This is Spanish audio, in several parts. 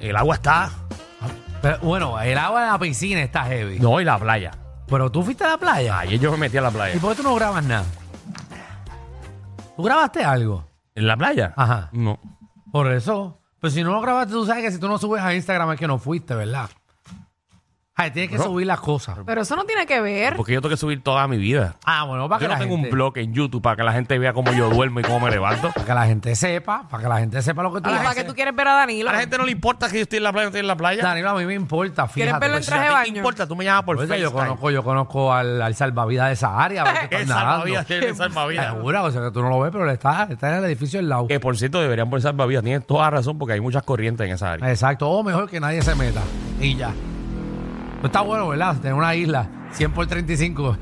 El agua está. Pero, bueno, el agua de la piscina está heavy. No, y la playa. Pero tú fuiste a la playa. Ayer yo me metí a la ¿Y playa. por qué tú no grabas nada? ¿Tú grabaste algo? ¿En la playa? Ajá. No. Por eso. Pero si no lo grabaste, tú sabes que si tú no subes a Instagram es que no fuiste, ¿verdad? Ay, tienes que No. subir las cosas. Pero eso no tiene que ver. Porque yo tengo que subir toda mi vida. Ah, bueno, Yo para que no la tengo gente, un blog en YouTube para que la gente vea cómo yo duermo y cómo me levanto. Para que la gente sepa, para que la gente sepa lo que tú ¿Y haces. para qué tú quieres ver a Danilo? A la gente no le importa que yo esté en la playa o no esté en la playa. Danilo, a mí me importa, ¿Quieres fíjate. verlo en pues, traje ¿A ti de ¿Qué baño? importa? Tú me llamas por oye, Facebook. yo conozco, yo conozco al, al salvavidas de esa área. a ver qué Es están nadando. salvavidas, es salvavidas. Segura, o sea que tú no lo ves, pero él está, está en el edificio del lado. Que por cierto, deberían poner salvavidas. Tienes toda la razón porque hay muchas corrientes en esa área. Exacto, o mejor que nadie se meta. Y ya. Pues Está bueno, ¿verdad? Tener una isla 100 por 35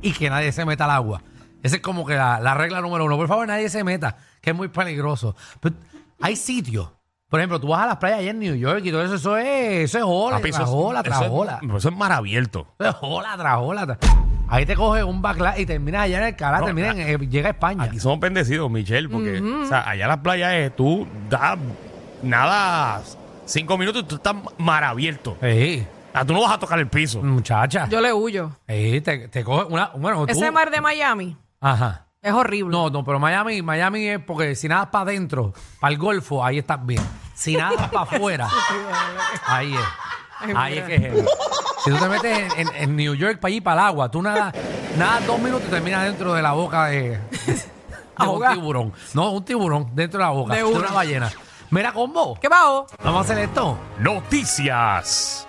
y que nadie se meta al agua. Esa es como que la, la regla número uno. Por favor, nadie se meta, que es muy peligroso. Pero hay sitios. Por ejemplo, tú vas a las playas allá en New York y todo eso, eso es, eso es ola, Papi, eso tras es- ola, tras eso es- ola. Eso es mar abierto. Eso es ola, tras ola. tras- Ahí te coge un backlash y terminas allá en el Cará, No, terminas en- eh, llega a España. Aquí somos bendecidos, Michelle, porque o sea, allá en las playas eh, tú das nada, cinco minutos y tú estás mar abierto. Sí, Ah, tú no vas a tocar el piso. muchacha. Yo le huyo. Sí, te, te coge una. Bueno, tú. Ese mar de Miami Ajá. es horrible. No, no, pero Miami, Miami es porque si nada para adentro, para el golfo, ahí estás bien. Si nada para afuera, ahí Ay, es. mira. Ahí es que es. heavy. Si tú te metes en, en- en New York para allí, para el agua, tú nada, nada dos minutos y terminas dentro de la boca de, de un Ahogado. tiburón. No, un tiburón dentro de la boca, de De una una. ballena. Mira, combo, ¿Qué bajo? vamos a hacer esto. Noticias.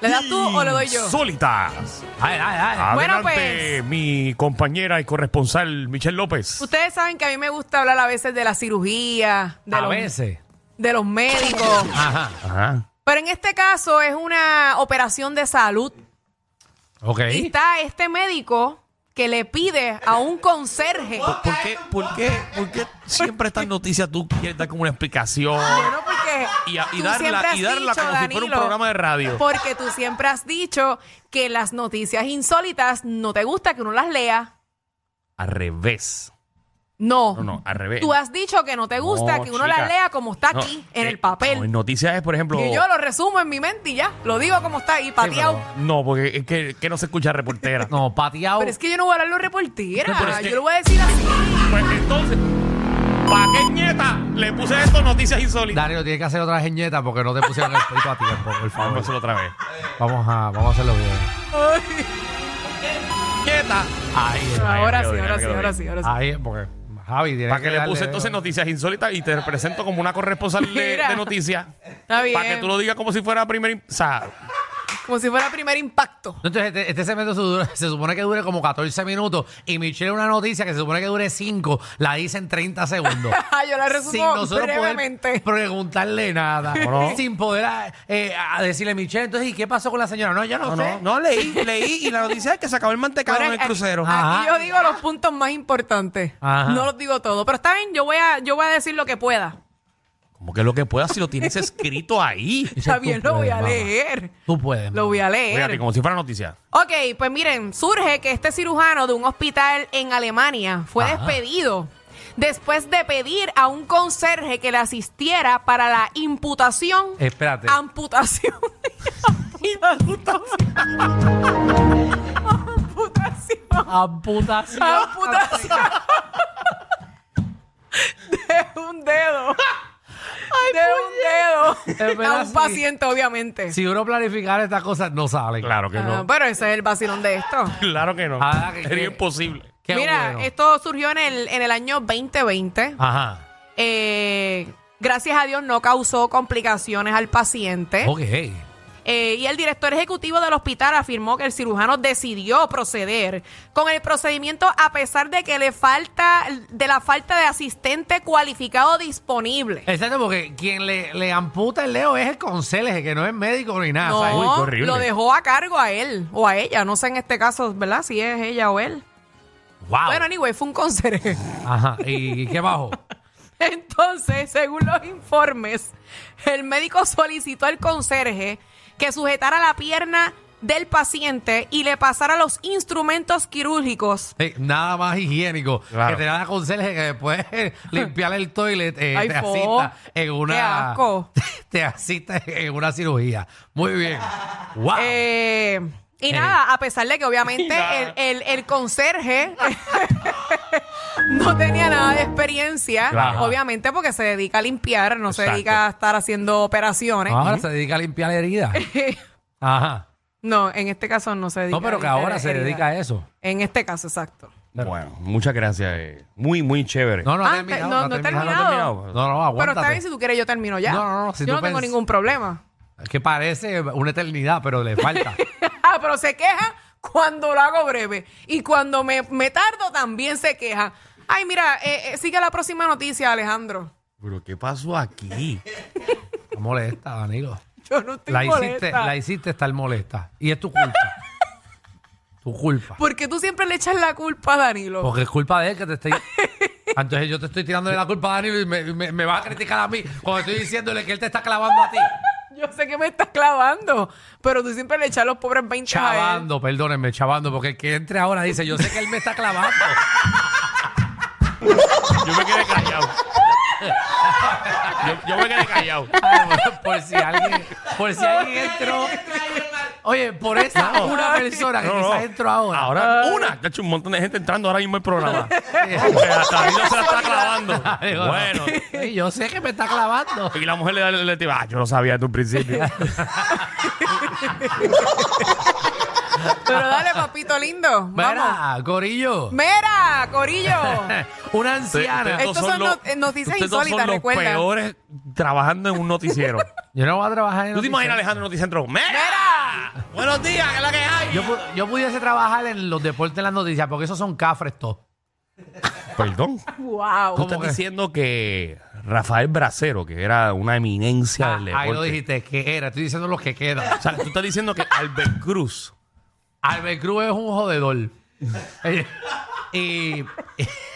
¿Le das tú o le doy yo? Solitas. Ay, ay, ay. Bueno, pues. Adelante, mi compañera y corresponsal Michelle López. Ustedes saben que a mí me gusta hablar a veces de la cirugía, de, A los, veces. de los médicos. Ajá. Ajá. Pero en este caso es una operación de salud. Ok. Y está este médico que le pide a un conserje. ¿Por qué, por qué, por qué siempre estas noticias tú quieres dar como una explicación Bueno, porque y, a- y tú siempre darla, has y darla como dicho, si fuera un Danilo, programa de radio? Porque tú siempre has dicho que las noticias insólitas no te gusta que uno las lea. Al revés. No. No, no, al revés. Tú has dicho que no te gusta No, que uno chica. las lea como está No, aquí, en eh, el no, papel. en noticias es, por ejemplo. Y yo lo resumo en mi mente y ya. Lo digo como está ahí, pateado. pero... No, porque es que, que no se escucha reportera. No, pateado. es que yo no voy a hablarlo reportera. No, pero es que- Yo lo voy a decir así. Pues entonces, ¿para qué nieta le puse esto noticias insólitas? Danilo, tienes que hacer otra jeñeta porque no te pusieron el pito a tiempo, por Vamos a favor. hacerlo otra vez. Vamos a, vamos a hacerlo bien. Nieta. Ahí, me Ahora quedo sí, bien, ahora me sí, quedo ahora bien. sí, ahora sí. ahí, porque Javi tiene Para que le darle- puse entonces noticias insólitas y te represento como una corresponsal de, Mira. de noticias. Está bien. Para que tú lo digas como si fuera primer. in- O sea, Como si fuera primer impacto. No, Entonces, este, este segmento se, dura- se supone que dure como 14 minutos y Michelle una noticia que se supone que dure 5, la dice en 30 segundos. Ah, Yo la resumo sin nosotros brevemente. poder preguntarle nada, no? sin poder a- eh, a decirle, Michelle, entonces, ¿y qué pasó con la señora? No, yo no, sé. leí, leí y la noticia es que se acabó el mantecado Ahora, aquí- ah, Aquí yo digo los puntos más importantes. Ajá. No los digo todos. Pero está bien, yo voy a, yo voy a decir lo que pueda. Como que lo que pueda si lo tienes escrito ahí. Está bien, lo voy a mamá. leer. Tú puedes. Lo voy a Fíjate, leer. como si fuera noticia. Ok, pues miren, surge que este cirujano de un hospital en Alemania fue Ajá. despedido después de pedir a un conserje que le asistiera para la imputación, Espérate. amputación y amputación. amputación. Amputación. amputación de un dedo. de Es un dedo. verdad, A un sí. paciente, obviamente. Si uno planificar estas cosas, no salen. Claro que Ah, no. pero ese es el vacilón de esto. Claro que no. Ah, que- Sería que- imposible. Qué Mira, bueno. esto surgió en el, en el año 2020. Ajá. Eh, gracias a Dios no causó complicaciones al paciente. Ok. Eh, y el director ejecutivo del hospital afirmó que el cirujano decidió proceder con el procedimiento a pesar de que le falta de la falta de asistente cualificado disponible. Exacto, porque quien le, le amputa el leo es el conserje, que no es médico ni nada. ¿sabes? uy, qué No, horrible. lo dejó a cargo a él o a ella, no sé en este caso, ¿verdad? Si es ella o él. Wow. Bueno, anyway, fue un conserje. Ajá. ¿Y, y qué bajo? Entonces, según los informes, el médico solicitó al conserje que sujetara la pierna del paciente y le pasara los instrumentos quirúrgicos. Sí, nada más higiénico Claro. que tener a conserje que después limpiar el toilet eh, Ay, te fo. asista en una Qué asco. te asista en una cirugía muy bien wow Eh, y Eh. nada, a pesar de que obviamente el, nada. el- el conserje no tenía nada de experiencia, Claro. obviamente porque se dedica a limpiar, no se Exacto. dedica a estar haciendo operaciones. ahora se dedica a limpiar heridas ajá No, en este caso no se dedica. no pero que ahora se dedica a eso En este caso, exacto. Bueno, muchas gracias. eh. Muy, muy chévere. no no ha Ah, terminado no, no no ha he terminado terminado. terminado. no no Pero está bien, aguántate si tú quieres, yo termino ya. No, no, no, si yo tú no tengo pens- ningún problema. que parece una eternidad pero le falta ah, pero se queja cuando lo hago breve. Y cuando me, me tardo, también se queja. Ay, mira, eh, eh, sigue la próxima noticia, Alejandro. Pero ¿qué pasó aquí? No molesta Danilo Yo no estoy la hiciste molesta. la hiciste estar molesta y es tu culpa tu culpa ¿Por qué tú siempre le echas la culpa a Danilo? Porque es culpa de él que te estoy. Entonces yo te estoy tirando de la culpa a Danilo y me, me- me vas a criticar a mí cuando estoy diciéndole que él te está clavando a ti. Yo sé que me estás clavando, pero tú siempre le echas los pobres 20 a él. Chavando, perdónenme, chavando, porque el que entre ahora dice, yo sé que él me está clavando. Yo me quedé callado. Yo, yo me quedé callado. Ay, bueno, por si alguien, por si alguien entró. Oye, por esa una persona que No, no. quizás entró ahora. Ahora, una. De hecho, un montón de gente entrando ahora mismo al programa. Sí. Porque hasta Danilo se la está clavando. Ay, Bueno. Ay, yo sé que me está clavando. Y la mujer le da el le, Ah, yo lo sabía desde un principio. Pero dale, papito lindo. Vamos. Mira, Corillo. Mira, Corillo. Una anciana. Estos son not- eh, noticias ustedes dos insólitas, son los recuerda. peores trabajando en un noticiero. Yo no voy a trabajar en ¿Tú te imaginas, Alejandro, en noticiero. Noticentro? ¡Mira! Mira. ¡Buenos días! ¿Qué es la que hay? Yo, pu- yo pudiese trabajar en los deportes en las noticias, porque esos son cafres todos. Perdón. Wow. Tú estás que? diciendo que Rafael Bracero, que era una eminencia del Ah, deporte. ahí lo dijiste, que era. Estoy diciendo los que quedan. O sea, tú estás diciendo que Albert Cruz. Albert Cruz es un jodedor. y,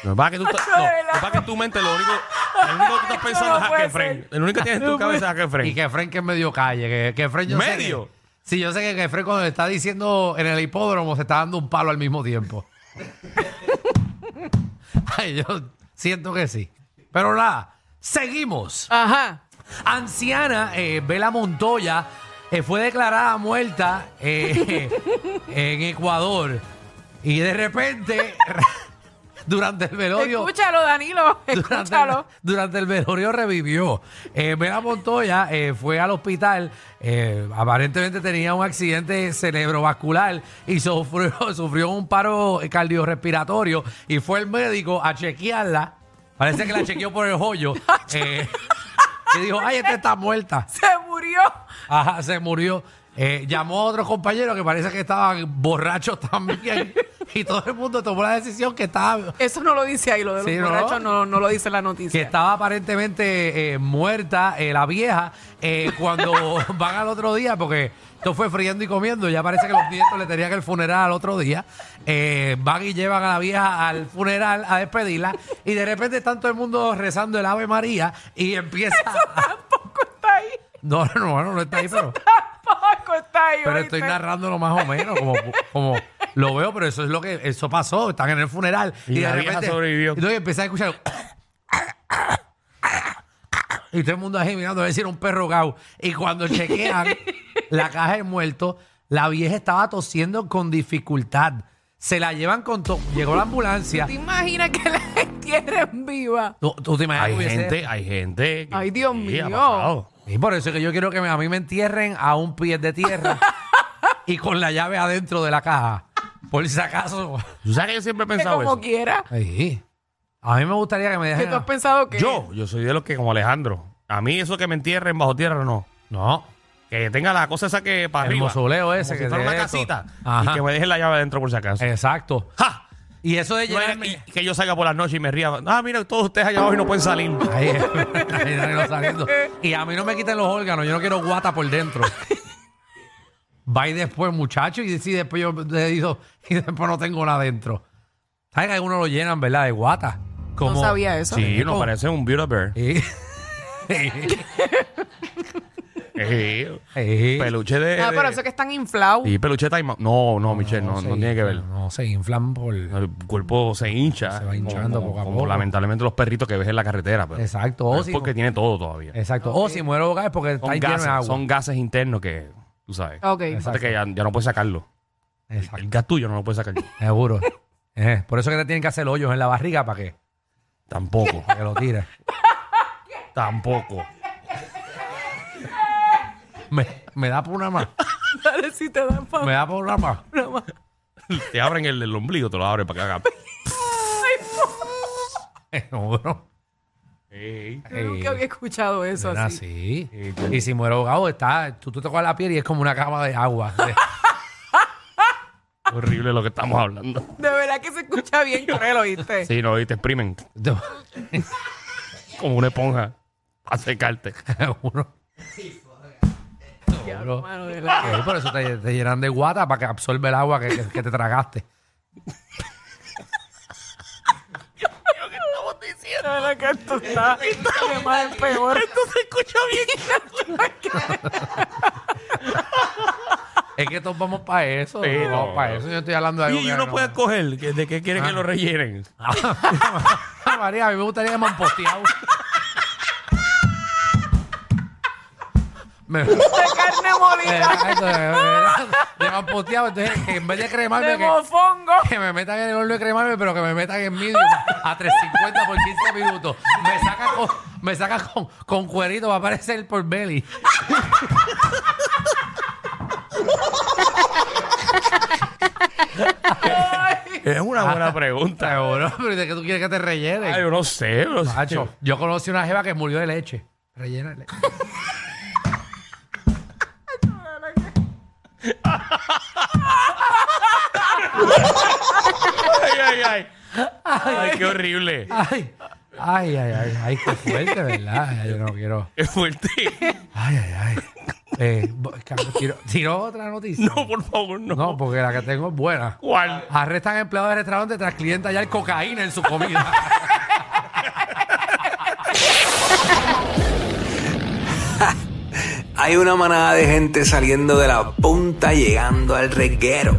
Lo que pasa es que tú, estás- no, lo que pasa es que en tu mente lo único, lo único que tú estás pensando No es a puede Hacker Friend. ser. El único que tienes en tu cabeza es Hacker y Friend. que Frank es medio calle. Que, que Frank yo sé ¿Medio? que- sí, yo sé que, que Frank cuando le está diciendo en el hipódromo se está dando un palo al mismo tiempo. Ay, yo siento que sí. Pero nada, seguimos. Ajá. Anciana eh, Bela Montoya eh, fue declarada muerta eh, en Ecuador. Y de repente, durante el velorio. Escúchalo, Danilo. Durante el, Escúchalo. durante el velorio revivió. Eh, Bela Montoya eh, fue al hospital, eh, aparentemente tenía un accidente cerebrovascular y sufrió, sufrió un paro cardiorrespiratorio y fue el médico a chequearla. Parece que la chequeó por el hoyo. eh, y dijo, ay, esta está muerta. Se murió. Ajá, se murió. Eh, llamó a otros compañeros que parece que estaban borrachos también. Y todo el mundo tomó la decisión que estaba Eso no lo dice ahí, lo de los Sí, ¿no? borrachos no, no lo dice la que noticia. estaba aparentemente eh, muerta eh, la vieja eh, cuando van al otro día porque esto fue friendo y comiendo ya parece que los nietos le tenían el funeral al otro día Eh, van y llevan a la vieja al funeral a despedirla y de repente están todo el mundo rezando el Ave María y empieza Tampoco está ahí. no no no no está ahí pero Tampoco está ahí. pero ¿oíste? estoy narrándolo más o menos como, como lo veo pero eso es lo que eso pasó están en el funeral Y la vieja sobrevivió. y luego empecé a escuchar y todo el mundo ahí mirando a ver si era un perro gao y cuando chequean la caja de muertos la vieja estaba tosiendo con dificultad se la llevan con todo llegó la ambulancia ¿Te imaginas que la entierren viva? tú, tú te imaginas que Hay hubiese- gente, hay gente. que- Ay, Dios Sí, ha mío. pasado. Y por eso es que yo quiero que me- a mí me entierren a un pie de tierra y con la llave adentro de la caja. Por si acaso. ¿Tú sabes que yo siempre he Que pensado como eso? quiera. Ay, a mí me gustaría que me Que dejen. tú has a- pensado que. Yo, yo soy de los que, como Alejandro, a mí eso que me entierren bajo tierra no. No. Que tenga la cosa esa que para El arriba. mausoleo ese Como que si fuera de una esto. casita. Ajá. Eh, Y que me dejen la llave adentro por si acaso. Exacto. ¡Ja! Y eso de No es- llegarme. y que yo salga por las noches y me ría. Ah, mira, todos ustedes allá abajo y no pueden salir. Ahí, ahí Danilo saliendo. Y a mí no me quiten los órganos, yo no quiero guata por dentro. Va y después, muchacho, y si después yo le digo, y después no tengo nada adentro. ¿Sabes que algunos lo llenan, verdad? De guata. Como, No sabía eso. Sí, nos parece un beauty bear. Sí. Eh, Sí. peluche de. Ah, pero de- eso que están inflados. Sí, peluche de Time Out. No, no, Michelle, no, se no tiene que ver. inflan, No, se inflan por. El cuerpo se hincha. Se va hinchando como, poco a como poco. lamentablemente los perritos que ves en la carretera. Pero Exacto. O es si, porque tiene todo todavía. exacto. O si muero boca es porque está Son lleno de agua. gases, son gases internos que, tú sabes. Ok. Fíjate que ya, ya no puedes sacarlo. El Exacto. gas tuyo no lo puedes sacar. Seguro. Eh, por eso que te tienen que hacer hoyos en la barriga para que, Tampoco. para que lo tires. Tampoco. Me, me da por una más. Dale, si te dan pa- Me da por una más. una más. Te abren el, el ombligo, te lo abren para que haga. Eh, Seguro. Ey, Yo eh, nunca había escuchado eso Era así. así. Sí, Y si muero ahogado, está, tú, tú tocas la piel y es como una cama de agua. horrible lo que estamos hablando. De verdad que se escucha bien cruel, ¿oíste? Sí, no, y te exprimen como una esponja a secarte. Seguro. Ya, Seguro. mano, de la- Sí, por eso te, te llenan de guata para que absorbe el agua que, que- que te tragaste. de verdad que esto está de mal en peor. Esto se escucha bien. Es que todos vamos para eso. Sí, todos vamos no. para eso. Yo estoy hablando de algo. Y que uno no- puede escoger que- de qué quiere que lo rellenen. Ay, María, a mí me gustaría que me han posteado. Me, me, De carne molida. me han posteado, entonces que en vez de cremarme, De que, mofongo. que me metan en el horno de cremarme, pero que me metan en medio a 3.50 por 15 minutos. Me saca con, me saca con, con cuerito, va a aparecer el por belly. Ay, Es una buena pregunta. Seguro, pero ¿de qué tú quieres que te rellene? Ay, yo no sé. no sé. Macho, yo conocí una jeva que murió de leche. Rellena de leche. Ay, ay, ay. Ay, Ah. qué horrible. Ay, ay, ay, ay, ay, qué fuerte, ¿verdad? Ay, yo no quiero. Qué fuerte. Ay, ay, ay. Eh, bo- Carlos, tiro, tiro otra noticia. No, por favor, no. No, porque la que tengo es buena. ¿Cuál? Arrestan empleados de restaurante tras cliente hallar cocaína en su comida. Hay una manada de gente saliendo de la punta llegando al reguero.